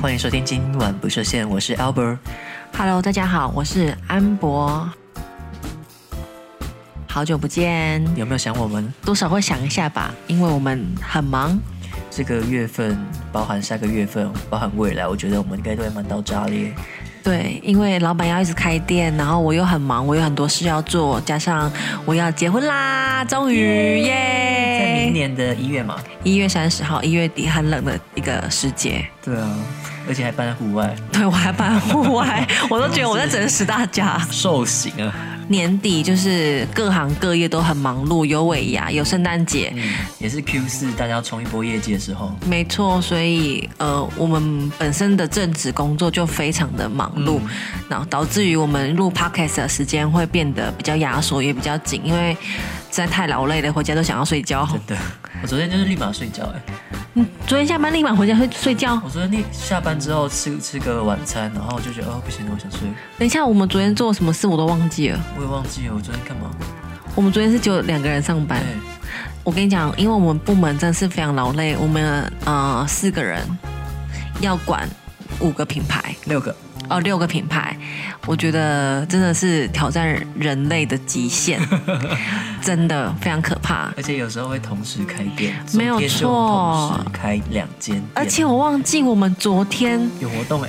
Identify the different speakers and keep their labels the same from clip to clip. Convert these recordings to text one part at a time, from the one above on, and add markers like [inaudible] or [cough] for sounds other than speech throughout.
Speaker 1: 欢迎收听今晚不设限，我是 Albert。
Speaker 2: Hello，大家好，我是安博，好久不见，
Speaker 1: 有没有想我们？
Speaker 2: 多少会想一下吧，因为我们很忙，
Speaker 1: 这个月份，包含下个月份，包含未来，我觉得我们应该都会忙到炸裂。
Speaker 2: 对，因为老板要一直开店，然后我又很忙，我有很多事要做，加上我要结婚啦，终于
Speaker 1: 在明
Speaker 2: 耶！
Speaker 1: 年的一月嘛，
Speaker 2: 一月三十号，一月底很冷的一个时节，
Speaker 1: 对啊，而且还搬在户外，
Speaker 2: 对我还办
Speaker 1: [laughs]
Speaker 2: 户外，我都觉得我在整死大家。
Speaker 1: 受刑啊！
Speaker 2: 年底就是各行各业都很忙碌，有尾牙，有圣诞节，
Speaker 1: 嗯，也是 Q 四大家要冲一波业绩的时候。
Speaker 2: 没错，所以呃，我们本身的正职工作就非常的忙碌，然后导致于我们录 podcast 的时间会变得比较压缩，也比较紧，因为实在太劳累了，回家都想要睡觉。
Speaker 1: 真的，我昨天就是立马睡觉哎、
Speaker 2: 嗯，昨天下班立马回家睡睡觉。
Speaker 1: 我昨天立下班之后吃吃个晚餐，然后我就觉得哦不行了，我想睡，
Speaker 2: 等一下，我们昨天做什么事我都忘记了。
Speaker 1: 我也忘记了我昨天干嘛。
Speaker 2: 我们昨天是只有两个人上班
Speaker 1: 对。，
Speaker 2: 我跟你讲，因为我们部门真的是非常劳累，我们呃四个人要管五个品牌。
Speaker 1: 六个，
Speaker 2: 哦，六个品牌，我觉得真的是挑战人类的极 [laughs] 限，真的非常可怕。
Speaker 1: 而且有时候会同时开店，
Speaker 2: 没有
Speaker 1: 昨天就
Speaker 2: 错
Speaker 1: 同时开两间店，
Speaker 2: 而且我忘记我们昨天
Speaker 1: 有活动哎、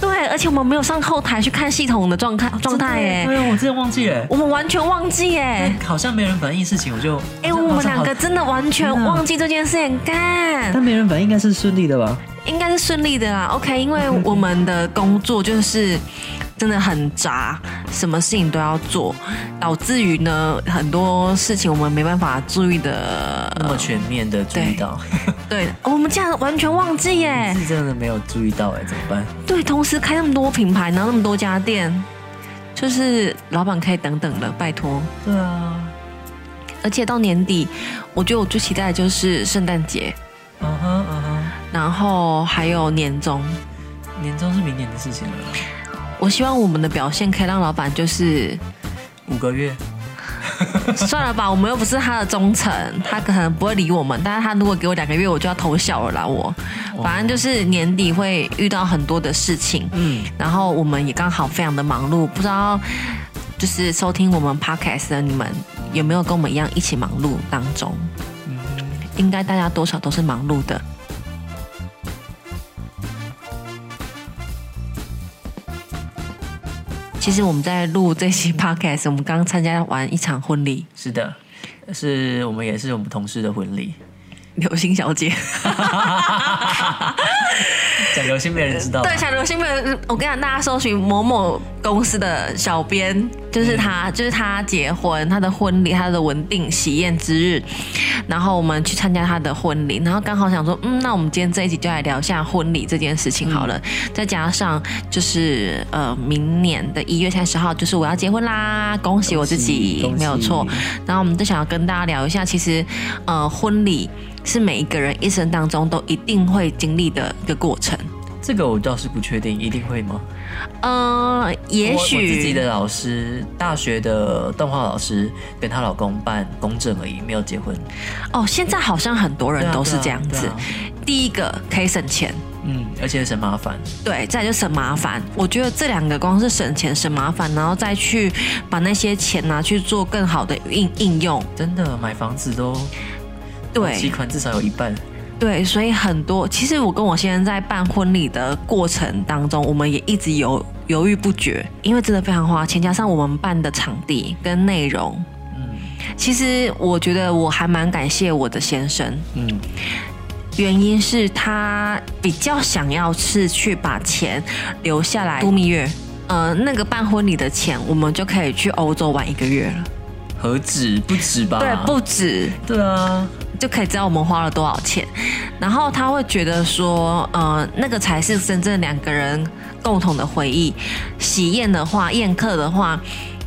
Speaker 2: 对，而且我们没有上后台去看系统的状态状态欸耶，
Speaker 1: 对啊，我真的忘记了。
Speaker 2: 我们完全忘记耶。
Speaker 1: 好像没人反映事情，我就
Speaker 2: 哎、我们两，
Speaker 1: 好像
Speaker 2: 个
Speaker 1: 好
Speaker 2: 真的完全
Speaker 1: 天哪
Speaker 2: 忘记这件事情，干
Speaker 1: 但没人反应应该是顺利的吧？
Speaker 2: 应该是顺利的啦。OK，因为我们的工作就是真的很杂，什么事情都要做，导致于呢很多事情我们没办法注意的
Speaker 1: 那么全面的注意到，
Speaker 2: 对，哦哎我们竟然完全忘记
Speaker 1: [laughs]
Speaker 2: 耶！
Speaker 1: 是真的没有注意到哎、怎么办？
Speaker 2: 对，同时开那么多品牌，然后那么多家店，就是老板可以等等了，拜托。
Speaker 1: 对啊，
Speaker 2: 而且到年底，我觉得我最期待的就是圣诞节，
Speaker 1: 嗯哼嗯哼，
Speaker 2: 然后还有年终。
Speaker 1: 年终是明年的事情了，
Speaker 2: 我希望我们的表现可以让老板就是 [laughs]
Speaker 1: 五个月，
Speaker 2: 算了吧，我们又不是他的忠臣，他可能不会理我们。但是他如果给我两个月，我就要偷笑了啦。我反正就是年底会遇到很多的事情，
Speaker 1: 嗯，
Speaker 2: 然后我们也刚好非常的忙碌，不知道就是收听我们 podcast 的你们有没有跟我们一样一起忙碌当中？应该大家多少都是忙碌的。其实我们在录这期 podcast，我们刚参加完一场婚礼，
Speaker 1: 是的，是我们也是我们同事的婚
Speaker 2: [laughs]
Speaker 1: 礼，
Speaker 2: 流星小姐。
Speaker 1: 讲流星没人知道吧，
Speaker 2: 对，小流星没有，我跟你讲，大家搜寻某某公司的小编，就
Speaker 1: 嗯
Speaker 2: 是他，就是他结婚，他的婚礼，他的稳定喜宴之日，然后我们去参加他的婚礼，然后刚好想说，嗯，那我们今天这一集就来聊一下婚礼这件事情好了，
Speaker 1: 嗯
Speaker 2: 再加上就是呃，明年的一月三十号就是我要结婚啦，恭喜我自己
Speaker 1: 恭，喜
Speaker 2: 没有错
Speaker 1: 恭喜。
Speaker 2: 然后我们就想要跟大家聊一下，其实呃，婚礼是每一个人一生当中都一定会经历的一个过程。
Speaker 1: 这个我倒是不确定，一定会吗？
Speaker 2: 呃，也
Speaker 1: 我我
Speaker 2: 许
Speaker 1: 自己的老师，大学的动画老师跟她老公办公证而已，没有结婚，
Speaker 2: 哦，现在好像很多
Speaker 1: 对
Speaker 2: 人
Speaker 1: 啊
Speaker 2: 都是
Speaker 1: 对啊
Speaker 2: 这样子。
Speaker 1: 对啊
Speaker 2: 第一个可以省钱，
Speaker 1: 嗯，而且很麻烦，
Speaker 2: 对，再来就省麻烦。我觉得这两个光是省钱、省麻烦，然后再去把那些钱拿去做更好的应应用，
Speaker 1: 真的买房子都
Speaker 2: 对
Speaker 1: 期款至少有一半，
Speaker 2: 对，所以很多其实我跟我先生在办婚礼的过程当中，我们也一直犹犹豫不决，因为真的非常花钱，加上我们办的场地跟内容。
Speaker 1: 嗯
Speaker 2: 其实我觉得我还蛮感谢我的先生，
Speaker 1: 嗯，
Speaker 2: 原因是他比较想要是去把钱留下来度蜜月。呃，那个办婚礼的钱，我们就可以去欧洲玩一个月了。啊
Speaker 1: 何止不止吧？
Speaker 2: 对，不止
Speaker 1: 对啊，
Speaker 2: 就可以知道我们花了多少钱。然后他会觉得说，呃，那个才是真正两个人共同的回忆。喜宴的话，宴客的话，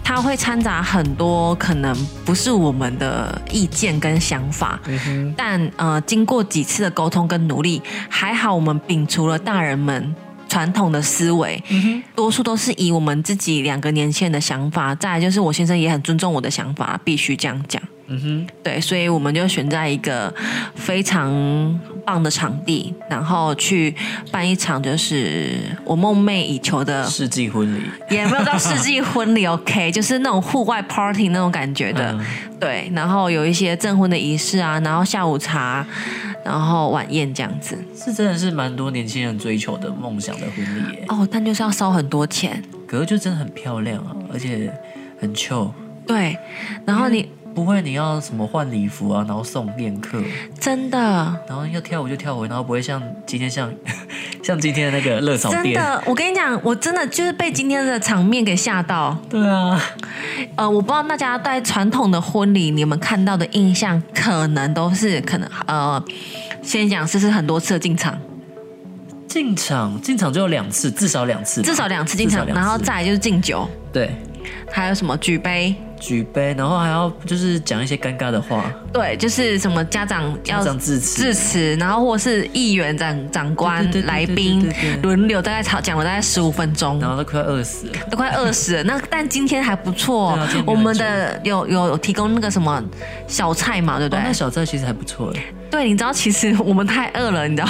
Speaker 2: 他会掺杂很多可能不是我们的意见跟想法。
Speaker 1: 嗯哼，
Speaker 2: 但呃，经过几次的沟通跟努力，还好我们摒除了大人们传统的思维，
Speaker 1: 嗯
Speaker 2: 多数都是以我们自己两个年轻人的想法。再来就是我先生也很尊重我的想法，必须这样讲。
Speaker 1: 嗯哼，
Speaker 2: 对，所以我们就选在一个非常棒的场地，然后去办一场就是我梦寐以求的，
Speaker 1: 世纪婚礼，
Speaker 2: 也没有到世纪婚礼，OK，就是那种户外 party 那种感觉的，
Speaker 1: 嗯
Speaker 2: 对。然后有一些证婚的仪式啊，然后下午茶，然后晚宴这样子。
Speaker 1: 是真的是蛮多年轻人追求的梦想的婚礼耶。
Speaker 2: 哦，但就是要烧很多钱，
Speaker 1: 可是就真的很漂亮啊，而且很 chill。
Speaker 2: 对。然后你
Speaker 1: 不会，你要什么换礼服啊，然后送宴客，
Speaker 2: 真的。
Speaker 1: 然后要跳舞就跳舞，然后不会像今天像 [laughs] 像今天的那个热炒
Speaker 2: 真
Speaker 1: 店，
Speaker 2: 的，我跟你讲，我真的就是被今天的场面给吓到。
Speaker 1: 对啊，
Speaker 2: 呃，我不知道大家在传统的婚礼，你们看到的印象可能都是可能呃，先讲是是很多次的进场，
Speaker 1: 进场进场就有两次，至少两次吧，
Speaker 2: 至少两次进
Speaker 1: 至
Speaker 2: 场，
Speaker 1: 少两次
Speaker 2: 然后再来就是敬酒，
Speaker 1: 对
Speaker 2: 还有什么举杯，
Speaker 1: 举杯，然后还要就是讲一些尴尬的话，
Speaker 2: 对，就是什么家长要
Speaker 1: 家长致辞
Speaker 2: 致辞，然后或是议员长长官
Speaker 1: 对对对对
Speaker 2: 来宾
Speaker 1: 对对对对
Speaker 2: 轮流，大概吵讲了大概十五分钟
Speaker 1: 然。后都快要饿死了。
Speaker 2: 都快饿死了，那但今天还不错、
Speaker 1: 对啊今天没
Speaker 2: 我
Speaker 1: 有
Speaker 2: 们的有有有提供那个什么小菜嘛，对不
Speaker 1: 哦
Speaker 2: 对？
Speaker 1: 那小菜其实还不错哎，
Speaker 2: 对，你知道其实我们太饿了，你知道。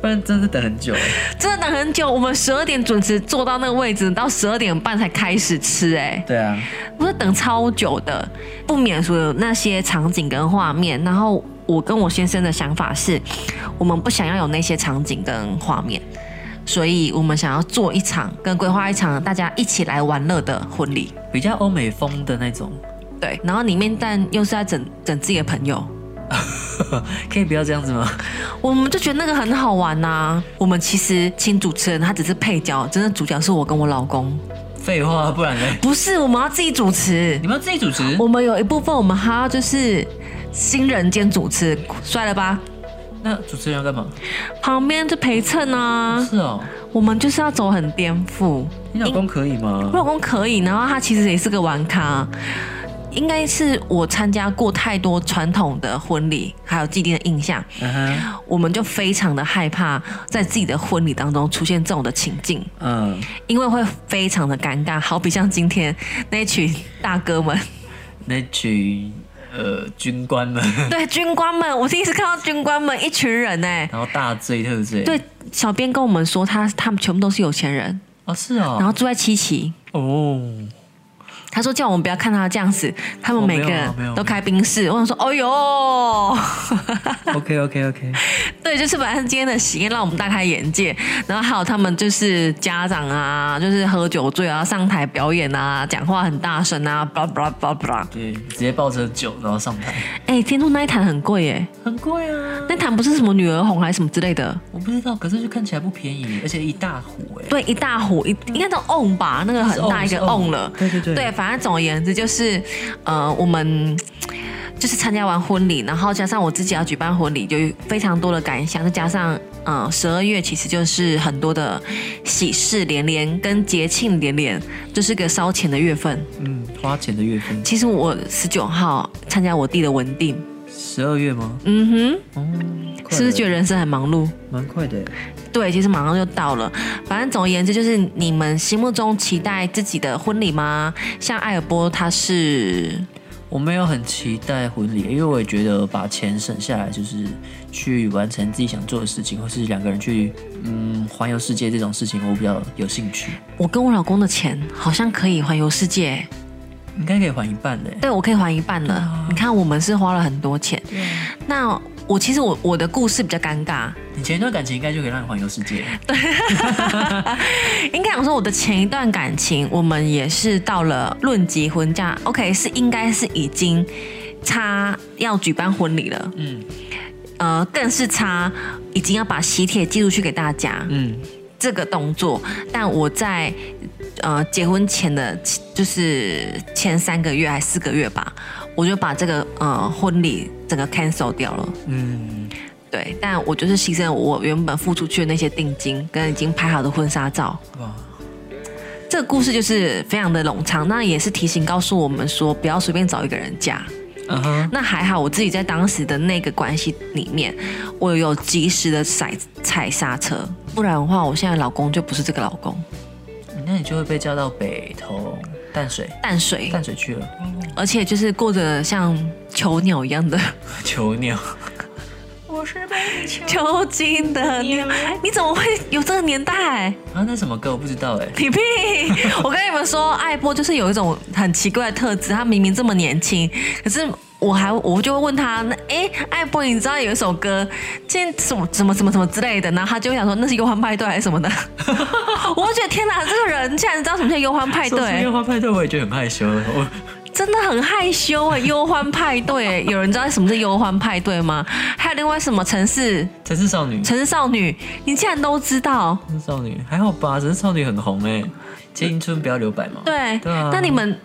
Speaker 1: 不然真的等很久哎。
Speaker 2: [laughs] 真的等很久，我们十二点准时坐到那个位置，到十二点半才开始吃、哎，
Speaker 1: 对啊，
Speaker 2: 不是等超久的，不免说有那些场景跟画面。然后我跟我先生的想法是，我们不想要有那些场景跟画面，所以我们想要做一场跟规划一场大家一起来玩乐的婚礼。
Speaker 1: 比较欧美风的那种， [laughs]
Speaker 2: 对，然后里面但又是在整整自己的朋友，
Speaker 1: 可以不要这样子吗？
Speaker 2: 我们就觉得那个很好玩呐、我们其实请主持人，他只是配角，真的主角是我跟我老公，
Speaker 1: 废话，不然嘞，
Speaker 2: 不是我们要自己主持。
Speaker 1: 你们要自己主持
Speaker 2: 我，们有一部分我们还要就是新人兼主持，帅了吧？
Speaker 1: 那主持人要干嘛？
Speaker 2: 旁边就陪衬啊，
Speaker 1: 是哦，
Speaker 2: 我们就是要走很颠覆。
Speaker 1: 你老公可以吗
Speaker 2: 我？老公可以，然后他其实也是个玩咖，应该是我参加过太多传统的婚礼，还有既定的印象，
Speaker 1: 嗯哼，
Speaker 2: 我们就非常的害怕在自己的婚礼当中出现这种的情境，
Speaker 1: 嗯，
Speaker 2: 因为会非常的尴尬。好比像今天那一群大哥们， [laughs]
Speaker 1: 那群呃军官们， [laughs]
Speaker 2: 对军官们，我第一次看到军官们一群人哎、
Speaker 1: 然后大醉特醉，
Speaker 2: 对，小编跟我们说他，他们全部都是有钱人，
Speaker 1: 哦，是
Speaker 2: 然
Speaker 1: 哦，
Speaker 2: 后住在七期。
Speaker 1: 哦，
Speaker 2: 他说叫我们不要看他这样子，他们
Speaker 1: 哦
Speaker 2: 每个
Speaker 1: 没有啊
Speaker 2: 人
Speaker 1: 没有
Speaker 2: 都开宾士。我想说，哦哟，
Speaker 1: OK OK OK，
Speaker 2: [laughs] 对，就是反正今天的喜宴让我们大开眼界。然后还有他们就是家长啊，就是喝酒醉啊，上台表演啊，讲话很大声啊，blah blah blah blah。
Speaker 1: 对，直接抱着酒然后上台，
Speaker 2: 哎，天兔那一坛很贵耶，
Speaker 1: 很贵啊，
Speaker 2: 那坛不是什么女儿红还是什么之类的？
Speaker 1: 我不知道，可是就看起来不便宜，而且一大壶哎，
Speaker 2: 对，一大壶，一应该叫瓮吧，那个很大一个
Speaker 1: 是瓮是瓮
Speaker 2: 瓮了。
Speaker 1: 对对对
Speaker 2: 对，反正总而言之就是，呃，我们就是参加完婚礼，然后加上我自己要举办婚礼，就有非常多的感想，再加上嗯，十、2二月其实就是很多的喜事连连，跟节庆连连，就是个烧钱的月份。
Speaker 1: 嗯，花钱的月份，
Speaker 2: 其实我十九号参加我弟的文定，
Speaker 1: 十二月吗？
Speaker 2: 嗯
Speaker 1: 哦，
Speaker 2: 哼，是不是觉得
Speaker 1: 得
Speaker 2: 人生很忙碌？
Speaker 1: 蛮快的？欸
Speaker 2: 对，其实马上就到了。反正总而言之，就是你们心目中期待自己的婚礼吗？像艾尔波，他是
Speaker 1: 我没有很期待婚礼，因为我也觉得把钱省下来，就是去完成自己想做的事情，或是两个人去嗯环游世界这种事情，我比较有兴趣。
Speaker 2: 我跟我老公的钱，好像可以环游世界。
Speaker 1: 应该可以还一半嘞。
Speaker 2: 对，我可以还一半了。你看，我们是花了很多钱。那我其实我我的故事比较尴尬，
Speaker 1: 你前一段感情应该就可以让你环游世界。
Speaker 2: 应该讲说我的前一段感情，我们也是到了论及婚嫁，OK，是应该是已经差要举办婚礼了，
Speaker 1: 嗯
Speaker 2: 呃，更是差已经要把喜帖寄出去给大家。
Speaker 1: 嗯，
Speaker 2: 这个动作，但我在呃结婚前的，就是前三个月还四个月吧，我就把这个呃婚礼整个 cancel 掉了。
Speaker 1: 嗯，
Speaker 2: 对，但我就是牺牲我原本付出去的那些定金跟已经拍好的婚纱照。
Speaker 1: 哇，
Speaker 2: 这个故事就是非常的冗长，那也是提醒告诉我们说，不要随便找一个人嫁。
Speaker 1: 嗯哼，
Speaker 2: 那还好，我自己在当时的那个关系里面，我有及时的踩踩刹车，不然的话，我现在老公就不是这个老公。
Speaker 1: 那你就会被叫到北投淡水，
Speaker 2: 淡水，
Speaker 1: 淡水去了，
Speaker 2: [laughs] 而且就是过着像囚鸟一样的， [laughs]
Speaker 1: 囚鸟。哇，
Speaker 3: 是被你囚
Speaker 2: 秋金的你，你怎么会有这个年代？ [laughs]
Speaker 1: 啊，那什么歌我不知道哎、
Speaker 2: 你屁！我跟你们说，艾波就是有一种很奇怪的特质，他明明这么年轻，可是。我还我就会问他，那哎，艾波，你知道有一首歌，现什么什么什么什么之类的，然后他就会想说那是忧欢派对还是什么的， [laughs] 我就觉得天哪，这个人竟然知道什么叫忧欢派
Speaker 1: 说出
Speaker 2: 对
Speaker 1: 烟，花派对我也觉得很害羞，我
Speaker 2: 真的很害羞哎、忧欢派对，有人知道什么是忧欢派对吗？还有另外什么城市
Speaker 1: 城市少
Speaker 2: [laughs]
Speaker 1: 女，
Speaker 2: 城市少女，你竟然都知道？
Speaker 1: 城市少女还好吧？城市少女很红哎、青春不要留白嘛。
Speaker 2: 对，
Speaker 1: 对啊
Speaker 2: 那你们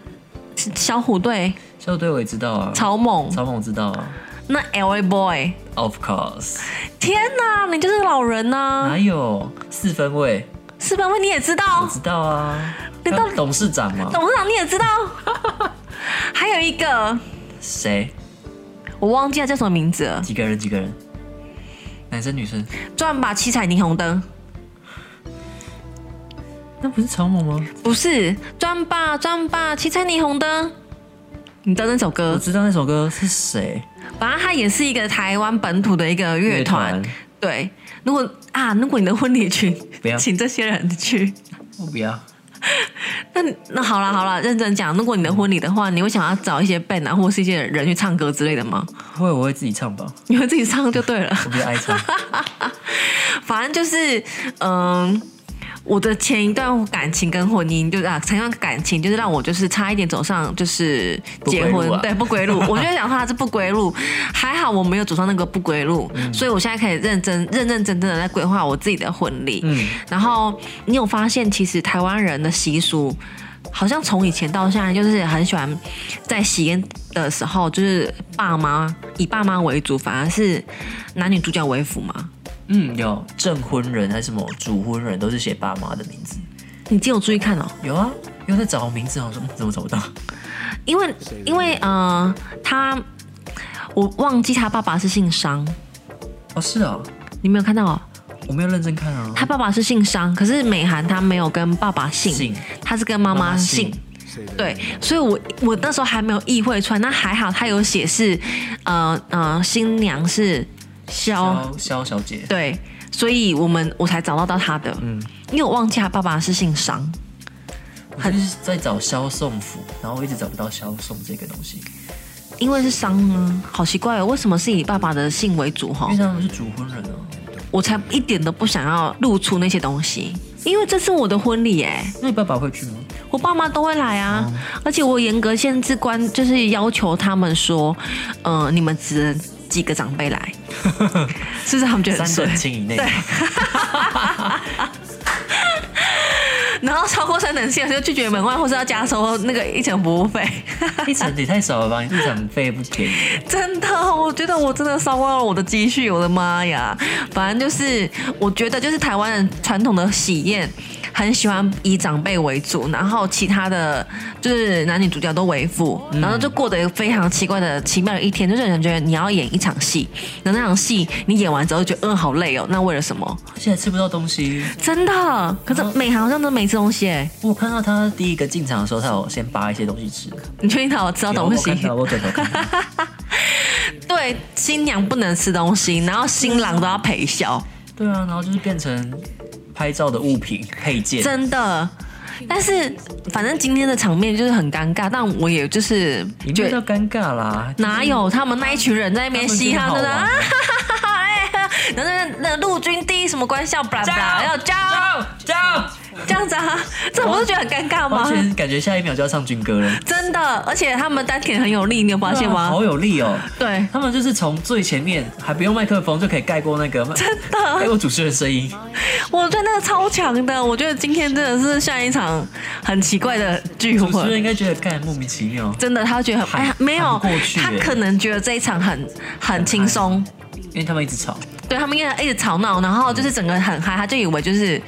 Speaker 2: 小虎队、
Speaker 1: 校队我也知道啊，
Speaker 2: 草蜢，
Speaker 1: 草蜢知道啊
Speaker 2: 那 L A Boy，
Speaker 1: ，Of course，
Speaker 2: 天哪，你就是老人啊呐、
Speaker 1: 哪有四分位？
Speaker 2: 四本位你也知
Speaker 1: 我
Speaker 2: 道，
Speaker 1: 知道啊，
Speaker 2: 你到底
Speaker 1: 董事长嘛，
Speaker 2: 董事长你
Speaker 1: [laughs]
Speaker 2: 也知道，还有一个
Speaker 1: 谁？
Speaker 2: 我忘记了叫什么名字了，
Speaker 1: 几个人？几个人？男生女生？
Speaker 2: 转吧七彩霓虹灯，
Speaker 1: 那不是草蜢吗？
Speaker 2: 不是转吧转吧七彩霓虹灯，你知道那首
Speaker 1: 我
Speaker 2: 歌？
Speaker 1: 知道那首歌是谁？
Speaker 2: 反正它也是一个台湾本土的一个乐团，对。如果啊，如果你的婚礼去
Speaker 1: 不要，
Speaker 2: 请这些人去，
Speaker 1: 我不要。
Speaker 2: 那那好啦好啦，认真讲，如果你的婚礼的话，你会想要找一些 band 啊，或是一些人去唱歌之类的吗？
Speaker 1: 会，我会自己唱吧，
Speaker 2: 你会自己唱就对了。 [laughs]
Speaker 1: 我比较爱 [laughs] 唱。
Speaker 2: 反正就是，嗯，我的前一段感情跟婚姻，就是啊，前一段感情就是让我就是差一点走上就是结
Speaker 1: 不归
Speaker 2: 婚，
Speaker 1: 路啊
Speaker 2: 对不归
Speaker 1: [laughs]
Speaker 2: 路。我就想说它是不归路，还好我没有走上那个不归路，
Speaker 1: 嗯
Speaker 2: 所以我现在可以认真、认认真真的在规划我自己的婚礼。
Speaker 1: 嗯，
Speaker 2: 然后你有发现，其实台湾人的习俗。好像从以前到现在，就是很喜欢在喜宴的时候，就是爸妈以爸妈为主，反而是男女主角为辅嘛。
Speaker 1: 嗯，有证婚人还是什么主婚人，都是写爸妈的名字。
Speaker 2: 你今天有注意看哦，
Speaker 1: 有啊，因为在找名字，我说嗯怎么找不到？
Speaker 2: 因为因为呃，他我忘记他爸爸是姓商，
Speaker 1: 哦，是啊，
Speaker 2: 你没有看到哦？
Speaker 1: 我没有认真看啊。
Speaker 2: 他爸爸是姓商，可是美涵她没有跟爸爸姓，
Speaker 1: 姓
Speaker 2: 她是跟妈妈姓。对，所以我我那时候还没有意会出来，那还好他有写是，呃呃，新娘是萧，
Speaker 1: 萧萧小姐，
Speaker 2: 对，所以我们我才找到到他的，
Speaker 1: 嗯，
Speaker 2: 因为我忘记他爸爸是姓商，
Speaker 1: 我就是在找萧颂府，然后我一直找不到萧颂这个东西，
Speaker 2: 因为是商啊，好奇怪哦，为什么是以爸爸的姓为主哈？
Speaker 1: 因为他们是主婚人啊。
Speaker 2: 我才一点都不想要露出那些东西，因为这是我的婚礼哎、
Speaker 1: 那你爸爸会去吗？
Speaker 2: 我爸妈都会来啊，而且我严格限制关，就是要求他们说，呃，你们只能几个长辈来，是不是他们觉得很
Speaker 1: 三
Speaker 2: 衰
Speaker 1: 等？亲以内，
Speaker 2: 然后超过三等线就拒绝门外，或是要加收那个一层服务费。
Speaker 1: [laughs] 一层也太少了吧？你入场费不便宜。 [laughs]
Speaker 2: 真的，我觉得我真的烧光了我的积蓄，我的妈呀！反正就是，我觉得就是台湾人传统的喜宴，很喜欢以长辈为主，然后其他的就是男女主角都为辅，
Speaker 1: 嗯
Speaker 2: 然后就过得非常奇怪的奇妙的一天，就是感觉你要演一场戏，那那场戏你演完之后就觉得嗯好累哦，那为了什么？
Speaker 1: 现在吃不到东西。
Speaker 2: 真的，可
Speaker 1: 嗯
Speaker 2: 是美好像真的没吃东西哎，
Speaker 1: 我看到他第一个进场的时候，他有先扒一些东西吃。
Speaker 2: 你确定他有吃到啊东西
Speaker 1: 有我看？到，我转头看
Speaker 2: [laughs]
Speaker 1: 到。
Speaker 2: 对，新娘不能吃东西，然后新郎都要陪笑。
Speaker 1: 对啊，然后就是变成拍照的物品配件。
Speaker 2: 真的。但是反正今天的场面就是很尴尬，但我也就是
Speaker 1: 你
Speaker 2: 觉
Speaker 1: 们叫尴尬啦，
Speaker 2: 哪有他们那一群人在那边嘻哈
Speaker 1: 他们
Speaker 2: 的
Speaker 1: 觉得好
Speaker 2: 啊
Speaker 1: 玩？
Speaker 2: 哎那那那陆军第一什么官校，blah blah，要教
Speaker 1: 走
Speaker 2: 这样子啊？这不是觉得很尴尬吗
Speaker 1: 完？全感觉下一秒就要唱军歌了，
Speaker 2: 真的，而且他们丹田很有力，你有发现
Speaker 1: 哇
Speaker 2: 吗
Speaker 1: 好？有力哦！
Speaker 2: 对，
Speaker 1: 他们就是从最前面还不用麦克风就可以盖过那个
Speaker 2: 真的
Speaker 1: 盖，过主持人声音，
Speaker 2: 我觉得那个超强的，我觉得今天真的是像一场很奇怪的聚
Speaker 1: 主持人
Speaker 2: 会。
Speaker 1: 应该觉得干莫名其妙，
Speaker 2: 真的，他会觉得很哎呀，
Speaker 1: 喊
Speaker 2: 没有
Speaker 1: 喊不过，去
Speaker 2: 他
Speaker 1: 耶
Speaker 2: 可能觉得这一场很很轻松，
Speaker 1: 因为他们一直吵，
Speaker 2: 对他们因为一直吵闹，然后就是整个很嗨，他就以为就是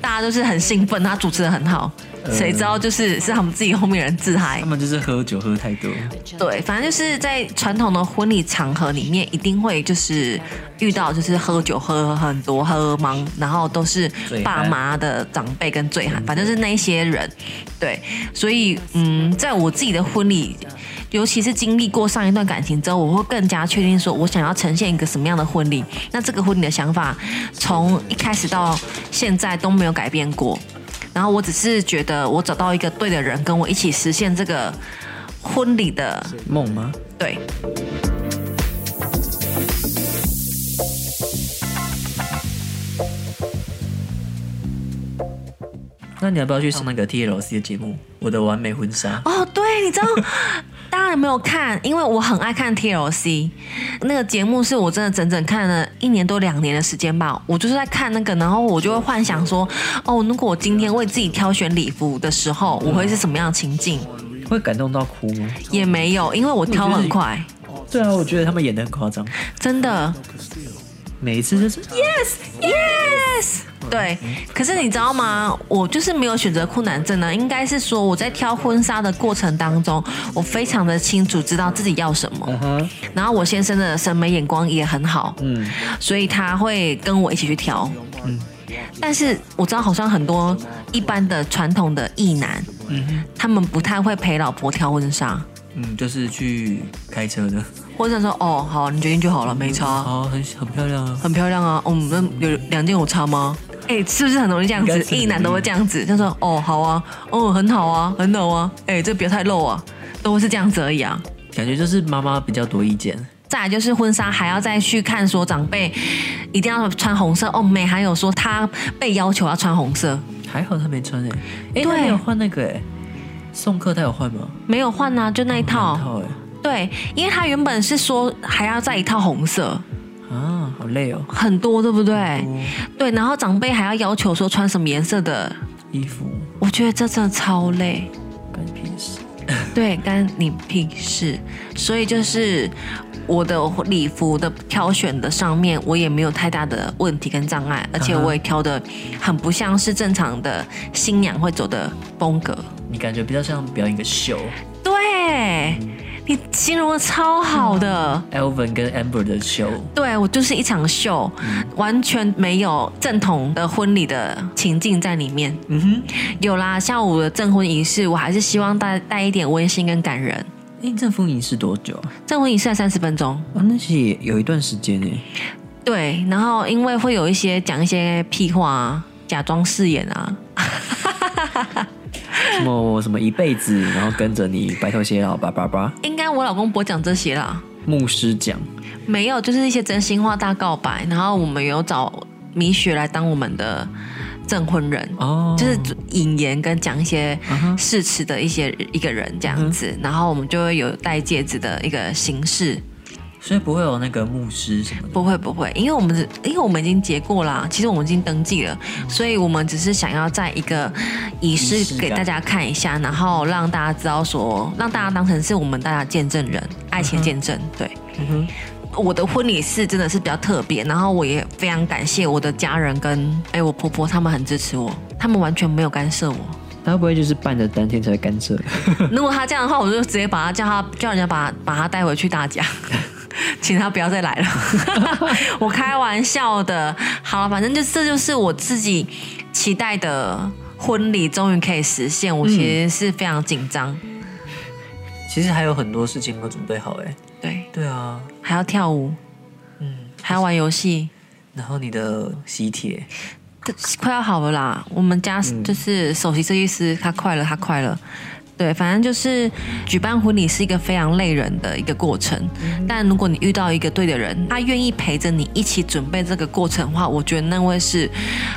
Speaker 2: 大家都是很兴奋，他主持的很好，
Speaker 1: 呃
Speaker 2: 谁知道就是是他们自己后面人自嗨
Speaker 1: 他。们就是喝酒喝太多，
Speaker 2: 对，反正就是在传统的婚礼场合里面，一定会就是遇到就是喝酒喝很多喝忙，然后都是爸妈的长辈跟醉汉，反正就是那一些人。对，所以嗯，在我自己的婚礼。尤其是经历过上一段感情之后，我会更加确定说我想要呈现一个什么样的婚礼。那这个婚礼的想法，从一开始到现在都没有改变过。然后我只是觉得我找到一个对的人，跟我一起实现这个婚礼的
Speaker 1: 梦吗？
Speaker 2: 对。
Speaker 1: 那你要不要去上那个 TLC 的节目《我的完美婚纱》？
Speaker 2: 哦，对，你知道， [laughs] 大家有没有看？因为我很爱看 TLC 那个节目，是我真的整整看了一年多两年的时间吧。我就是在看那个，然后我就会幻想说，哦，如果我今天为自己挑选礼服的时候，我会是什么样的情境？
Speaker 1: 会感动到哭吗？
Speaker 2: 也没有，因为我挑很快，
Speaker 1: 对啊，我觉得他们演的很夸张，
Speaker 2: 真的。
Speaker 1: 每一次 [laughs] 就是
Speaker 2: Yes, yes。对，可是你知道吗？我就是没有选择困难症呢。啊应该是说我在挑婚纱的过程当中，我非常的清楚知道自己要什么。
Speaker 1: 啊，
Speaker 2: 然后我先生的审美眼光也很好，
Speaker 1: 嗯，
Speaker 2: 所以他会跟我一起去挑。但是我知道好像很多一般的传统的异男，
Speaker 1: 嗯
Speaker 2: 他们不太会陪老婆挑婚纱，
Speaker 1: 嗯，就是去开车的，
Speaker 2: 或者说哦好，你决定就好了，没差，
Speaker 1: 哦，嗯很很漂亮啊，
Speaker 2: 很漂亮啊。哦，那有两件有差吗？哎、是不是很容易这样
Speaker 1: 应
Speaker 2: 子
Speaker 1: 该？是
Speaker 2: 异男都会这样子，就说哦好啊，哦很好啊，很好啊，哎、这不要太露啊，都会是这样子而已啊。
Speaker 1: 感觉就是妈妈比较多意见，
Speaker 2: 再来就是婚纱还要再去看说长辈一定要穿红色哦，美还有说她被要求要穿红色，
Speaker 1: 还好她没穿诶、欸，哎、
Speaker 2: 对
Speaker 1: 她没有换那个诶、送客她有换吗？欸
Speaker 2: 没有换啊，就那一套。
Speaker 1: 套诶、
Speaker 2: 对，因为她原本是说还要再一套红色，
Speaker 1: 啊，好累哦，
Speaker 2: 很多对不对？
Speaker 1: 多
Speaker 2: 对，然后长辈还要要求说穿什么颜色的，
Speaker 1: 衣服
Speaker 2: 我觉得这真的超累。
Speaker 1: 干屁事，
Speaker 2: 对，干你屁事！所以就是我的礼服的挑选的上面，我也没有太大的问题跟障碍，而且我也挑的很不像是正常的新娘会走的风格。
Speaker 1: 你感觉比较像表演一个秀
Speaker 2: 对，你形容的超好的。
Speaker 1: ，Elvin 跟 Amber 的秀，
Speaker 2: 对我就是一场秀，完全没有正统的婚礼的情境在里面。
Speaker 1: 嗯哼，
Speaker 2: 有啦，下午的证婚仪式，我还是希望带带一点温馨跟感人。
Speaker 1: 哎、欸，这封影是多久啊？
Speaker 2: 证婚仪式三十分钟，
Speaker 1: 啊，那其实也有一段时间诶、
Speaker 2: 对，然后因为会有一些讲一些屁话啊，假装饰演啊，
Speaker 1: 什么我什么一辈子，然后跟着你白头偕老，叭叭叭，
Speaker 2: 应该我老公不会讲这些啦，
Speaker 1: 牧师讲，
Speaker 2: 没有，就是一些真心话大告白。然后我们有找米雪来当我们的证婚人，
Speaker 1: 哦，
Speaker 2: 就是引言跟讲一些
Speaker 1: 嗯哼嗯
Speaker 2: 誓词的一些一个人这样子，然后我们就会有戴戒指的一个形式。
Speaker 1: 所以不会有那个牧师什么的。
Speaker 2: 不会不会，因为我们是因为我们已经结过啦，其实我们已经登记了，所以我们只是想要在一个仪
Speaker 1: 嗯仪
Speaker 2: 式
Speaker 1: 式
Speaker 2: 给
Speaker 1: 感
Speaker 2: 大家看一下，然后让大家知道说，让大家当成是我们大家见证人，爱情见证。对，
Speaker 1: 嗯哼，
Speaker 2: 我的婚礼是真的是比较特别，然后我也非常感谢我的家人跟哎我婆婆他们很支持我，他们完全没有干涉我。
Speaker 1: 他会不会就是办的当天才会干涉？
Speaker 2: [laughs] 如果他这样的话，我就直接把他叫他叫人家把把他带回去大家， [laughs] 请他不要再来了。 [laughs] 我开玩笑的。好了，反正就这就是我自己期待的婚礼，终于可以实现。我其实是非常紧张，
Speaker 1: 其实还有很多事情没有准备好哎。
Speaker 2: 对，
Speaker 1: 对啊，
Speaker 2: 还要跳舞，
Speaker 1: 嗯，
Speaker 2: 还要玩游戏，
Speaker 1: 然后你的喜帖，
Speaker 2: 这快要好了啦。我们家
Speaker 1: 嗯
Speaker 2: 就是首席设计师，他快了，他快了。对，反正就是举办婚礼是一个非常累人的一个过程，
Speaker 1: 嗯
Speaker 2: 但如果你遇到一个对的人，他愿意陪着你一起准备这个过程的话，我觉得那会是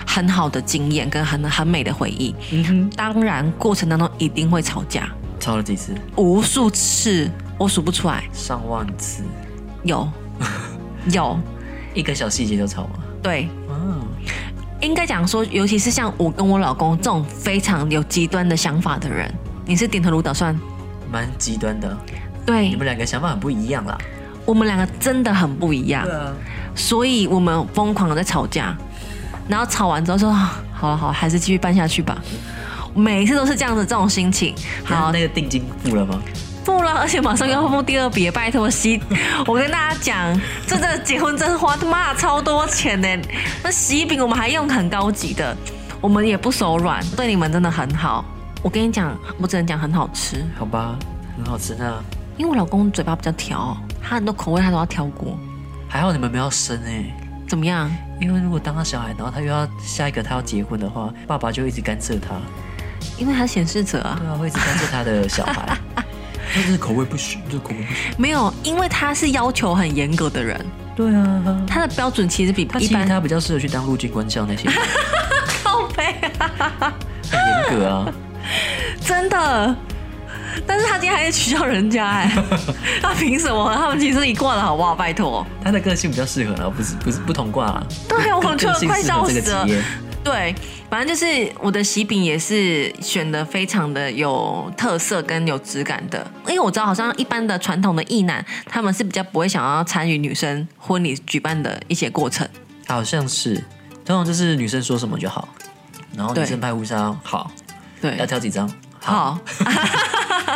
Speaker 2: 很好的经验跟很很美的回忆。
Speaker 1: 嗯哼，
Speaker 2: 当然，过程当中一定会吵架，
Speaker 1: 抄了几次？
Speaker 2: 无数次，我数不出来，
Speaker 1: 上万次，
Speaker 2: 有有，
Speaker 1: 一个小细节就吵吗？
Speaker 2: 对，
Speaker 1: 嗯，
Speaker 2: 应该讲说，尤其是像我跟我老公这种非常有极端的想法的人，你是点头如捣蒜。
Speaker 1: 蛮极端的。你
Speaker 2: 对
Speaker 1: 们两个想法很不一样啦。
Speaker 2: 我们两个真的很不一样，
Speaker 1: 啊，
Speaker 2: 所以我们疯狂的在吵架，然后吵完之后说啊好了好了，还是继续办下去吧。每一次都是这样子这种心情。
Speaker 1: 好，
Speaker 2: 好，
Speaker 1: 那个定金付了吗？
Speaker 2: 付了，而且马上又要付第二笔了，拜托
Speaker 1: [laughs]
Speaker 2: 洗！我跟大家讲，这真的结婚真的花他妈的超多钱呢。那洗衣饼我们还用很高级的，我们也不手软，对你们真的很好。我跟你讲，我只能讲很好吃，
Speaker 1: 好吧，很好吃那
Speaker 2: 因为我老公嘴巴比较挑，他很多口味他都要挑过。
Speaker 1: 还好你们没有生哎、
Speaker 2: 怎么样？
Speaker 1: 因为如果当他小孩，然后他又要下一个他要结婚的话，爸爸就一直干涉他，
Speaker 2: 因为他显示者啊
Speaker 1: 对，啊，会一直干涉他的小
Speaker 2: [laughs]
Speaker 1: 孩。但是口味不行，这口味不行。
Speaker 2: 没有，因为他是要求很严格的人，
Speaker 1: 对啊，
Speaker 2: 他的标准其实比
Speaker 1: 他
Speaker 2: 一
Speaker 1: 其实
Speaker 2: 般
Speaker 1: 他比较适合去当陆军官校那
Speaker 2: [laughs]
Speaker 1: 些，
Speaker 2: 靠背啊，
Speaker 1: 很严格啊。
Speaker 2: 真的。但是他今天还在取笑人家
Speaker 1: [laughs]
Speaker 2: 哎、他凭什么？他们其实一挂的好不好？拜托，
Speaker 1: 他的个性比较适合啦，不是不是不同挂啦。
Speaker 2: 对
Speaker 1: [laughs]
Speaker 2: 啊，我
Speaker 1: 个
Speaker 2: 觉得
Speaker 1: 性
Speaker 2: 快
Speaker 1: 适合
Speaker 2: 笑
Speaker 1: 这个
Speaker 2: 死了
Speaker 1: 职。业。
Speaker 2: 对，反正就是我的喜饼也是选的非常的有特色跟有质感的，因为我知道好像一般的传统的意男他们是比较不会想要参与女生婚礼举办的一些过程，
Speaker 1: 好像是，通常就是女生说什么就好，然后女
Speaker 2: 对
Speaker 1: 生拍婚纱好，要
Speaker 2: 对，
Speaker 1: 挑几张，
Speaker 2: 好，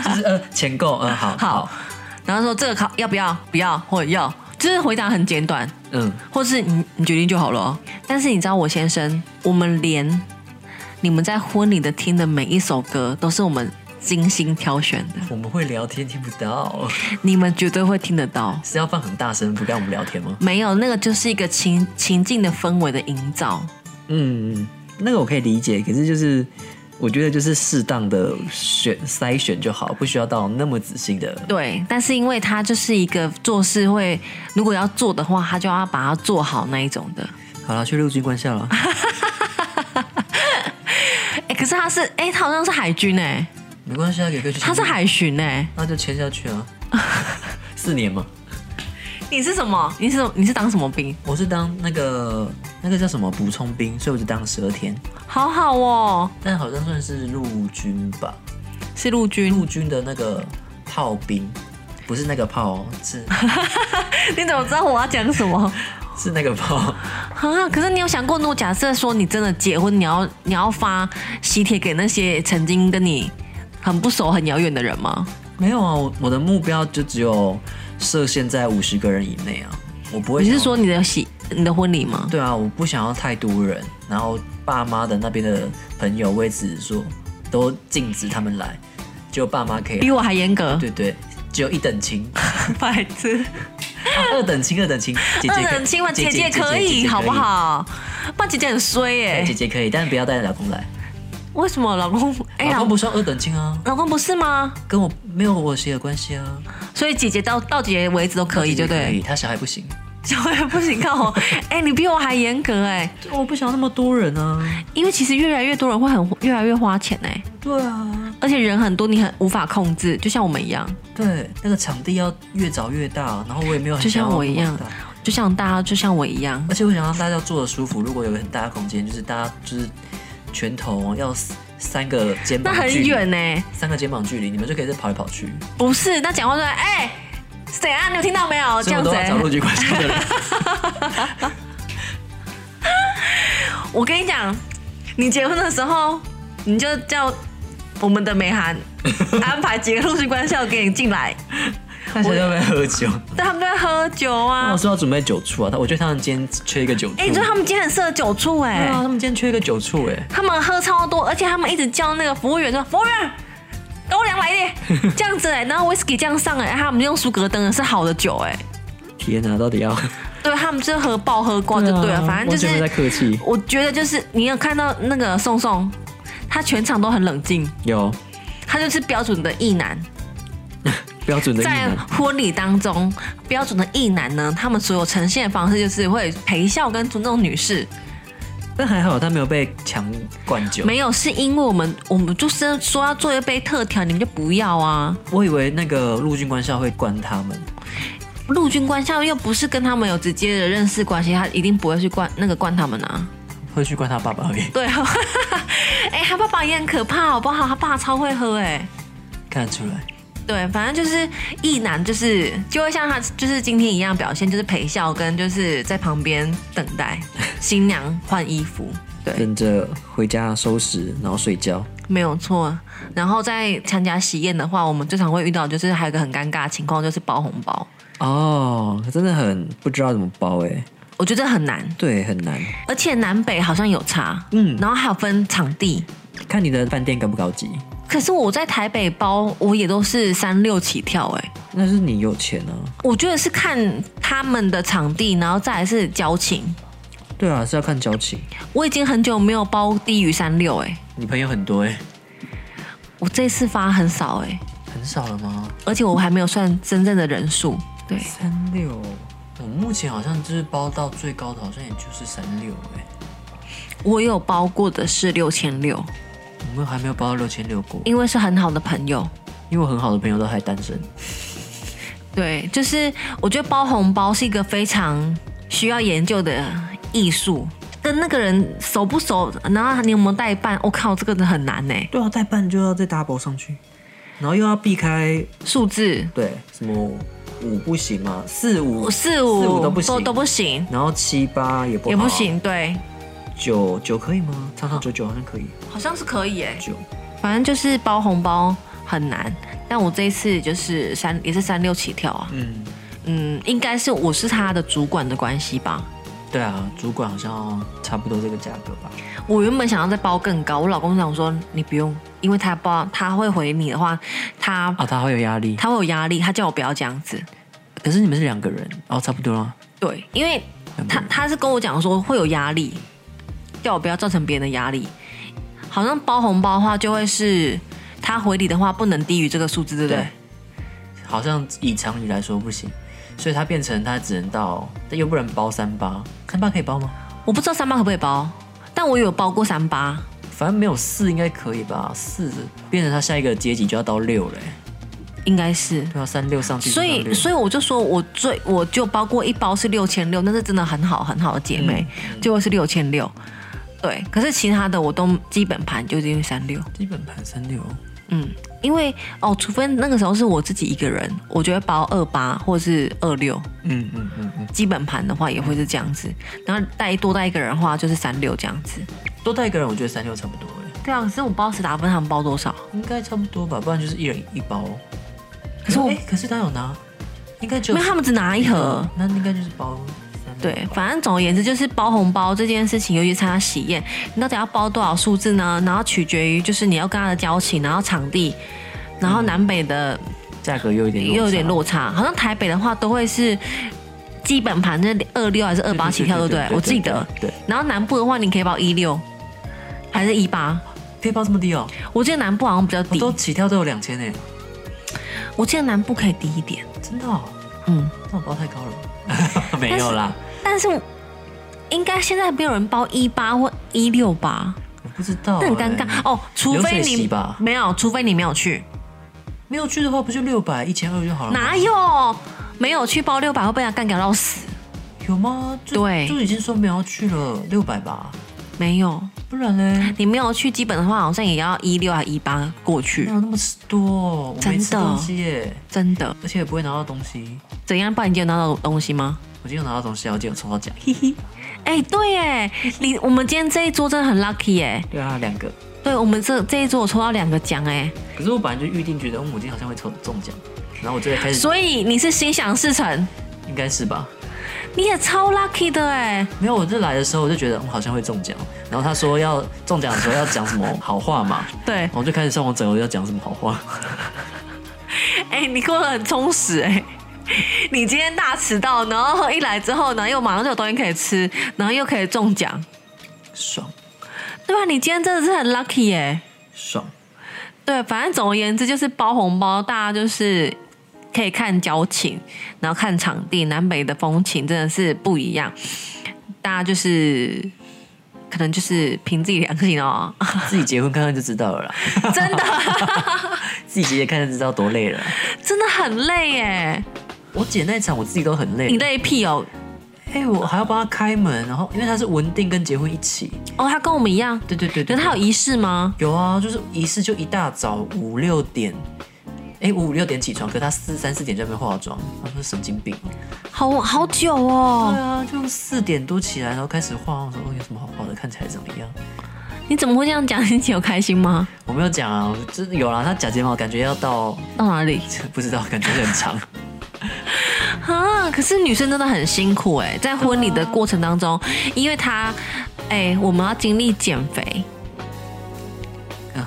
Speaker 1: 就是呃钱够，嗯好
Speaker 2: 好然后说这个考要不要，不要或者要，就是回答很简短，
Speaker 1: 嗯，
Speaker 2: 或是你你决定就好了哦。但是你知道我先生，我们连你们在婚礼的听的每一首歌都是我们精心挑选的，
Speaker 1: 我们会聊天听不到，
Speaker 2: 你们绝对会听得到。
Speaker 1: 是要放很大声不跟我们聊天吗？
Speaker 2: 没有，那个就是一个情情境的氛围的营造。
Speaker 1: 嗯，嗯那个我可以理解，可是就是我觉得就是适当的选筛选就好，不需要到那么仔细的。
Speaker 2: 对，但是因为他就是一个做事会，如果要做的话，他就要把它做好那一种的。
Speaker 1: 好了，去陆军官校了，
Speaker 2: 啊哎，可是他是哎，他好像是海军哎、
Speaker 1: 没关系啊，给个去。
Speaker 2: 他是，海巡哎、
Speaker 1: 那就签下去啊， [laughs] 四年嘛。
Speaker 2: 你是什么？你是你是当什么兵？
Speaker 1: 我是当那个那个叫什么补充兵，所以我就当了十二天，
Speaker 2: 好好哦，
Speaker 1: 但好像算是陆军吧，
Speaker 2: 是陆军。
Speaker 1: 陆军的那个炮兵，不是那个炮哦，是
Speaker 2: [laughs]
Speaker 1: [laughs]
Speaker 2: 你怎么知道我要讲什么
Speaker 1: 是那个炮，
Speaker 2: 啊？可是你有想过，如果假设说你真的结婚，你要你要发喜帖给那些曾经跟你很不熟、很遥远的人吗？
Speaker 1: 没有啊，我我的目标就只有设限在五十个人以内啊，我不会
Speaker 2: 你
Speaker 1: 想要。
Speaker 2: 是说你的喜你的婚礼吗？
Speaker 1: 对啊，我不想要太多人，然后爸妈的那边的朋友我也只是说都禁止他们来，只有爸妈可以来
Speaker 2: 比，我还严格，
Speaker 1: 对对，只有一等亲。
Speaker 2: [laughs] 白痴。
Speaker 1: 啊二等亲，二等亲，姐姐可
Speaker 2: 二
Speaker 1: 以
Speaker 2: 等亲嘛，姐姐可以，好不？好？不然姐姐很
Speaker 1: 姐
Speaker 2: 衰
Speaker 1: 姐
Speaker 2: 耶、
Speaker 1: 哎姐姐可以，但不要带老公来。
Speaker 2: 为什么老公？哎、
Speaker 1: 老
Speaker 2: 老
Speaker 1: 公不算二等亲啊，
Speaker 2: 老公不是吗？
Speaker 1: 跟我没有我血的关系啊。
Speaker 2: 所以姐姐到到姐姐为止都可以，
Speaker 1: 姐
Speaker 2: 就
Speaker 1: 姐可以，
Speaker 2: 对。 [laughs]
Speaker 1: 他小孩不行。
Speaker 2: 小孩不行，靠我！哎、你比我还严格哎、
Speaker 1: 我不想要那么多人啊。
Speaker 2: 因为其实越来越多人会很越来越花钱哎、
Speaker 1: 对啊，
Speaker 2: 而且人很多，你很无法控制，就像我们一样，
Speaker 1: 对，那个场地要越找越大，然后我也没有很
Speaker 2: 就像
Speaker 1: 想要
Speaker 2: 我一样
Speaker 1: 那么大
Speaker 2: 就像大家就像我一样，
Speaker 1: 而且我想让大家坐的舒服。如果有个很大的空间，就是大家就是拳头哦要三个肩
Speaker 2: 那
Speaker 1: 膀，
Speaker 2: 很远，呢、
Speaker 1: 三个肩膀距离，你们就可以再跑来跑去。
Speaker 2: 不是？那讲话出来，哎、谁啊？你有听到没有？这
Speaker 1: 所以我
Speaker 2: 样
Speaker 1: 都
Speaker 2: 子、
Speaker 1: 要找
Speaker 2: 欸。
Speaker 1: 陆军关系的人。
Speaker 2: [laughs] 我跟你讲，你结婚的时候，你就叫我们的美涵安排几个陆续官校给你进来，
Speaker 1: 看谁在那边喝
Speaker 2: [laughs]
Speaker 1: 酒。
Speaker 2: 但他们在喝酒
Speaker 1: 那
Speaker 2: 啊
Speaker 1: 我。说要准备酒醋啊，他我觉得他们今天缺一个酒醋。
Speaker 2: 哎、你说他们今天很适合酒醋哎、
Speaker 1: 对啊，他们今天缺一个酒醋哎、
Speaker 2: 他们喝超多，而且他们一直叫那个服务员说：“服务员，高粱来一点。” [laughs] 这样子哎、然后 whisky 这样上哎、他们用苏格登的是好的酒哎、
Speaker 1: 天哪、到底要
Speaker 2: 对他们就是喝爆喝光
Speaker 1: 啊
Speaker 2: 哦就
Speaker 1: [laughs]
Speaker 2: 对了，反正就
Speaker 1: 完全没在
Speaker 2: 是
Speaker 1: 客气。
Speaker 2: 我觉得就是你有看到那个宋宋，他全场都很冷静，
Speaker 1: 有
Speaker 2: 他就是标准的意男。
Speaker 1: 标准的意
Speaker 2: 在啊
Speaker 1: 男，
Speaker 2: 婚礼当中，标准的异男呢，他们所有呈现的方式就是会陪笑跟尊重女士。
Speaker 1: 但还好他没有被强灌酒。
Speaker 2: 没有，是因为我们我们就是说要做一杯特调，你们就不要啊。
Speaker 1: 我以为那个陆军官校会灌他们，
Speaker 2: 陆军官校又不是跟他们有直接的认识关系，他一定不会去灌那个灌他们啊。
Speaker 1: 会去灌他爸爸而已。
Speaker 2: 对啊， [laughs] 哎、他爸爸也很可怕，好不好？他爸超会喝哎、
Speaker 1: 看得出来，
Speaker 2: 对，反正就是一男，就是就会像他就是今天一样表现，就是陪笑跟就是在旁边等待新娘换衣服。对，
Speaker 1: 跟着回家收拾，然后睡觉。
Speaker 2: 没有错。然后在参加喜宴的话，我们最常会遇到就是还有一个很尴尬的情况，就是包红包。
Speaker 1: 哦，真的很不知道怎么包哎、
Speaker 2: 我觉得很难，
Speaker 1: 对，很难。
Speaker 2: 而且南北好像有差，
Speaker 1: 嗯
Speaker 2: 嗯，然后还有分场地。
Speaker 1: 看你的饭店高不高级。
Speaker 2: 可是我在台北包，我也都是三六起跳、欸，哎，
Speaker 1: 那是你有钱啊。
Speaker 2: 我觉得是看他们的场地，然后再来是交情。
Speaker 1: 对啊，是要看交情。
Speaker 2: 我已经很久没有包低于三六哎，
Speaker 1: 你朋友很多哎、
Speaker 2: 我这次发很少哎、
Speaker 1: 很少了吗？
Speaker 2: 而且我还没有算真正的人数。对，
Speaker 1: 三六，我目前好像就是包到最高的，好像也就是三六哎，
Speaker 2: 我有包过的是六千六，
Speaker 1: 我们还没有包到六千六过，
Speaker 2: 因为是很好的朋友。
Speaker 1: 因为我很好的朋友都还单身。
Speaker 2: 对，就是我觉得包红包是一个非常需要研究的艺术，跟那个人熟不熟，然后你有没有代办，我、靠，这个真的很难呢、欸
Speaker 1: 对啊，代办就要再 double 上去，然后又要避开
Speaker 2: 数字
Speaker 1: 对什么五不行嘛，四五
Speaker 2: 四五
Speaker 1: 哦四五都不行
Speaker 2: 都都不行，
Speaker 1: 然后七八也不
Speaker 2: 也
Speaker 1: 好
Speaker 2: 不，行，对，
Speaker 1: 九九可以吗？长长久久好像可以，
Speaker 2: 好像是可以哎、
Speaker 1: 九
Speaker 2: 反正就是包红包很难。但我这一次就是三也是三六起跳啊，
Speaker 1: 嗯，
Speaker 2: 嗯，应该是我是他的主管的关系吧。
Speaker 1: 对啊，主管好像差不多这个价格吧。
Speaker 2: 我原本想要再包更高，我老公想说你不用，因为他包他会回你的话，他
Speaker 1: 啊，他会有压力，
Speaker 2: 他会有压力，他叫我不要这样子。
Speaker 1: 可是你们是两个人，哦，差不多了。
Speaker 2: 对，因为他他是跟我讲说会有压力，叫我不要造成别人的压力。好像包红包的话，就会是他回礼的话不能低于这个数字，对不对？
Speaker 1: 对好像以常理来说不行，所以他变成他只能到，但又不能包三八，三八可以包吗？
Speaker 2: 我不知道三八可不可以包，但我有包过三八。
Speaker 1: 反正没有四应该可以吧？四变成他下一个阶级就要到六了欸、
Speaker 2: 应该是。
Speaker 1: 对啊，三六上去就
Speaker 2: 所
Speaker 1: 到六，
Speaker 2: 以，所以我就说，我最我就包括一包是六千六，那是真的很好很好的姐妹，
Speaker 1: 嗯
Speaker 2: 结果是六千六，对。可是其他的我都基本盘就是因为三六，
Speaker 1: 基本盘三六，
Speaker 2: 嗯，因为哦，除非那个时候是我自己一个人，我就会包二八或是二六，
Speaker 1: 嗯嗯嗯嗯，
Speaker 2: 基本盘的话也会是这样子，然后带多带一个人的话就是三六这样子。
Speaker 1: 多带一个人，我觉得三六差不多哎、
Speaker 2: 对啊，可是我包史达芬他们包多少？
Speaker 1: 应该差不多吧，不然就是一人一包。
Speaker 2: 可是我
Speaker 1: 哎、可是他有拿，应该就
Speaker 2: 因为他们只拿一盒，
Speaker 1: 那应该就是包三六
Speaker 2: 对，反正总而言之就是包红包这件事情，尤其是参加喜宴，你到底要包多少数字呢？然后取决于就是你要跟他的交情，然后场地，然后南北的
Speaker 1: 价格又有点
Speaker 2: 又有点
Speaker 1: 落
Speaker 2: 落差，好像台北的话都会是基本盘那二六还是二
Speaker 1: 差，
Speaker 2: 八起跳，对不对？我记得。
Speaker 1: 对，
Speaker 2: 然后南部的话，你可以包一六还是一八，
Speaker 1: 可以包这么低哦、
Speaker 2: 我记得南部好像比较
Speaker 1: 我
Speaker 2: 低，
Speaker 1: 都起跳都有两千哎，
Speaker 2: 我记得南部可以低一点，
Speaker 1: 真的、哦。
Speaker 2: 嗯，
Speaker 1: 那我包太高
Speaker 2: [laughs]
Speaker 1: 了，没有啦，
Speaker 2: 但是我应该现在没有人包一八或一六吧？
Speaker 1: 我不知道、
Speaker 2: 那很尴尬
Speaker 1: 欸。
Speaker 2: 哦，除非
Speaker 1: 流水席
Speaker 2: 你
Speaker 1: 吧
Speaker 2: 没有，除非你没有去，
Speaker 1: 没有去的话，不就六百一千二就好了吗？
Speaker 2: 哪有没有去包六百会被他干掉到死？
Speaker 1: 有吗？就
Speaker 2: 对
Speaker 1: 就已经说没有要去了，六百吧，
Speaker 2: 没有，
Speaker 1: 不然嘞，
Speaker 2: 你没有去，基本的话好像也要一六啊还一八过去
Speaker 1: 哪，有那么多？我没吃
Speaker 2: 真的
Speaker 1: 东西耶，
Speaker 2: 真的？
Speaker 1: 而且也不会拿到东西。
Speaker 2: 怎样？不然你今天有拿到东西吗？
Speaker 1: 我今天有拿到东西啊，我今天有抽到奖，嘿嘿。
Speaker 2: 哎、对
Speaker 1: [laughs]
Speaker 2: 哎，你我们今天这一桌真的很 lucky 哎，
Speaker 1: 对啊，两个。
Speaker 2: 对我们这这一桌我抽到两个奖哎，
Speaker 1: 可是我本来就预定觉得，嗯，我今天好像会抽中奖，然后我就开始，
Speaker 2: 所以你是心想事成，
Speaker 1: 应该是吧？
Speaker 2: 你也超 lucky 的哎，
Speaker 1: 没有，我这来的时候我就觉得，嗯，好像会中奖。然后他说要中奖的时候要讲什么好话嘛， [laughs]
Speaker 2: 对
Speaker 1: 然，后我就开始上网整，我要讲什么好话。
Speaker 2: 哎、你过得很充实哎、 [laughs] 你今天大迟到，然后一来之后呢，又马上就有东西可以吃，然后又可以中奖，
Speaker 1: 爽
Speaker 2: 对啊吧？你今天真的是很 lucky 哎、
Speaker 1: 爽，
Speaker 2: 对，反正总而言之就是包红包，大家就是可以看交情，然后看场地，南北的风情真的是不一样。大家就是可能就是凭自己良心哦， [laughs]
Speaker 1: 自己结婚看看就知道了啦， [laughs]
Speaker 2: 真的 [laughs]
Speaker 1: 自己结结看就知道多累了啦。
Speaker 2: 真的很累耶，
Speaker 1: 我姐那一场我自己都很累，
Speaker 2: 你累屁哦！
Speaker 1: 哎、我还要帮她开门，然后因为她是文定跟结婚一起，
Speaker 2: 哦，他跟我们一样，
Speaker 1: 对对对
Speaker 2: 可
Speaker 1: 对
Speaker 2: 是他有
Speaker 1: 对
Speaker 2: 仪式吗？
Speaker 1: 有啊，就是仪式就一大早五六点。哎，五五六点起床，可她四三四点就在那边化妆，她说神经病。
Speaker 2: 好好久哦
Speaker 1: 对，啊，就四点多起来，然后开始化，我说哦有什么好化的，看起来怎么样？
Speaker 2: 你怎么会这样讲？你姐有开心吗？
Speaker 1: 我没有讲啊，我就是有啦，她假睫毛感觉要到， [laughs]
Speaker 2: 到哪里
Speaker 1: 不知道，感觉很 [laughs] 长。
Speaker 2: 啊？可是女生真的很辛苦哎、在婚礼的过程当中，因为她哎、我们要经历减嗯肥，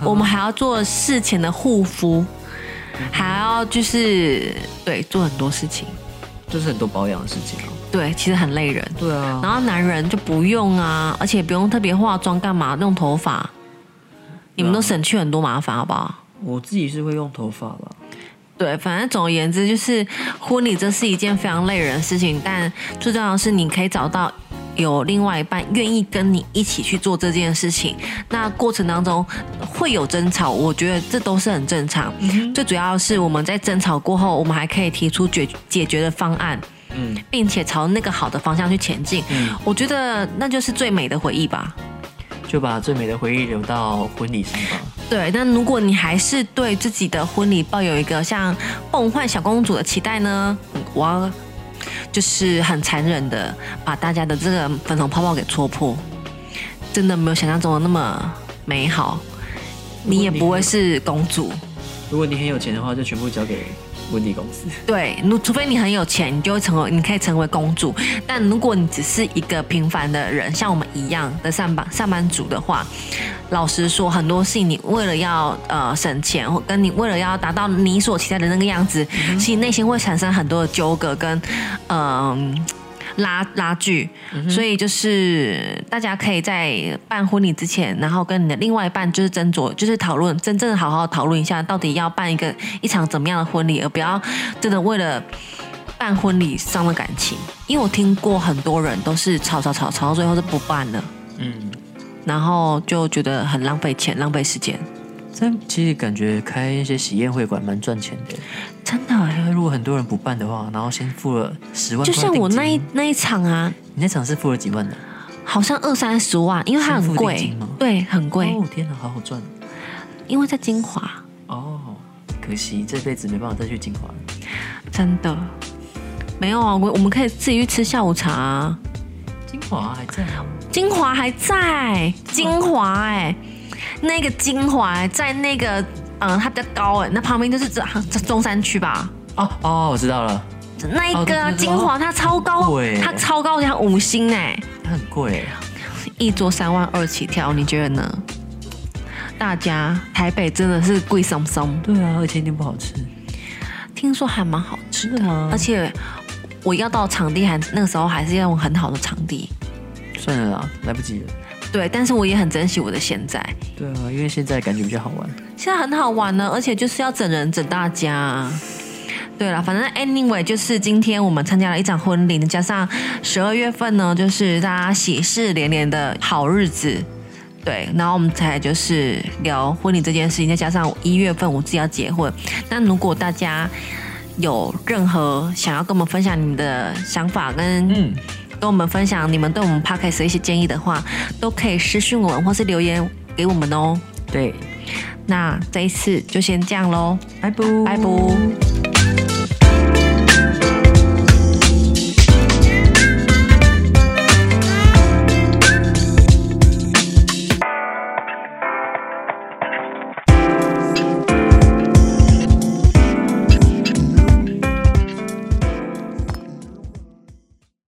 Speaker 2: 我们还要做事前的护肤，还要就是对做很多事情，
Speaker 1: 就是很多保养的事情啊。
Speaker 2: 对，其实很累人。
Speaker 1: 对啊
Speaker 2: 然后男人就不用啊，而且不用特别化妆干嘛，弄头发，你们都省去很多麻烦，好不好？
Speaker 1: 我自己是会用头发吧，
Speaker 2: 对，反正总而言之，就是婚礼这是一件非常累人的事情，但最重要的是你可以找到有另外一半愿意跟你一起去做这件事情。那过程当中会有争吵，我觉得这都是很正常。最主要是我们在争吵过后，我们还可以提出解解决的方案，
Speaker 1: 嗯
Speaker 2: 并且朝那个好的方向去前进。
Speaker 1: 嗯，
Speaker 2: 我觉得那就是最美的回忆吧。
Speaker 1: 就把最美的回忆留到婚礼上吧。
Speaker 2: 对，但如果你还是对自己的婚礼抱有一个像梦幻小公主的期待呢，嗯我要就是很残忍的把大家的这个粉红泡泡给戳破，真的没有想象中的那么美好，你也不会是公主。
Speaker 1: 如果你很有钱的话，就全部交给婚礼公司。
Speaker 2: 对，如除非你很有钱，你就会成为，你可以成为公主。但如果你只是一个平凡的人，像我们一样的上班上班族的话，老实说，很多事情你为了要呃省钱，或跟你为了要达到你所期待的那个样子，其实内心会产生很多的纠葛跟嗯、拉拉锯。所以就是大家可以在办婚礼之前，然后跟你的另外一半就是斟酌，就是讨论，真正好好讨论一下，到底要办一个一场怎么样的婚礼，而不要真的为了办婚礼伤了感情。因为我听过很多人都是吵吵吵吵到最后是不办了，
Speaker 1: 嗯，
Speaker 2: 然后就觉得很浪费钱、浪费时间。
Speaker 1: 但其实感觉开一些喜宴会馆蛮赚钱的，
Speaker 2: 真的欸，
Speaker 1: 因为如果很多人不办的话，然后先付了十万，
Speaker 2: 就像我那一，那一场啊，
Speaker 1: 你那场是付了几万的？
Speaker 2: 好像二三十万，因为它
Speaker 1: 先付
Speaker 2: 很
Speaker 1: 定
Speaker 2: 贵
Speaker 1: 金吗，
Speaker 2: 对，很贵，
Speaker 1: 哦天哪，好好赚
Speaker 2: 因为在金华。
Speaker 1: 哦！可惜这辈子没办法再去金华了。
Speaker 2: 真的没有啊，我我们可以自己去吃下午茶啊、
Speaker 1: 金华还在啊？
Speaker 2: 金华还在，
Speaker 1: 哦
Speaker 2: 金华哎、那个金华哎在那个嗯，它比较高哎、那旁边就是这这中山区吧。
Speaker 1: 哦哦，我知道了，
Speaker 2: 那一个、啊
Speaker 1: 哦对对对
Speaker 2: 金华，它超
Speaker 1: 很
Speaker 2: 高
Speaker 1: 贵，
Speaker 2: 它超高，它五星哎、
Speaker 1: 它很贵，
Speaker 2: 一桌三万二起跳，你觉得呢？大家台北真的是贵松松，
Speaker 1: 对啊，而且一定不好吃，啊
Speaker 2: 听说还蛮好吃的，
Speaker 1: 的吗
Speaker 2: 而且我要到场地还那个时候还是要用很好的场地，
Speaker 1: 算了啦，来不及了。
Speaker 2: 对，但是我也很珍惜我的现在，
Speaker 1: 对啊，因为现在感觉比较好玩。
Speaker 2: 现在很好玩呢，而且就是要整人整大家。对了，反正 anyway 就是今天我们参加了一场婚礼，加上十二月份呢，就是大家喜事连连的好日子。对，然后我们才就是聊婚礼这件事情，再加上一月份我自己要结婚。那如果大家有任何想要跟我们分享你们的想法跟
Speaker 1: 嗯，
Speaker 2: 跟我们分享你们对我们 podcast 的一些建议的话，都可以私讯我们或是留言给我们哦。
Speaker 1: 对，
Speaker 2: 那这一次就先这样喽，
Speaker 1: 拜拜，
Speaker 2: 拜拜。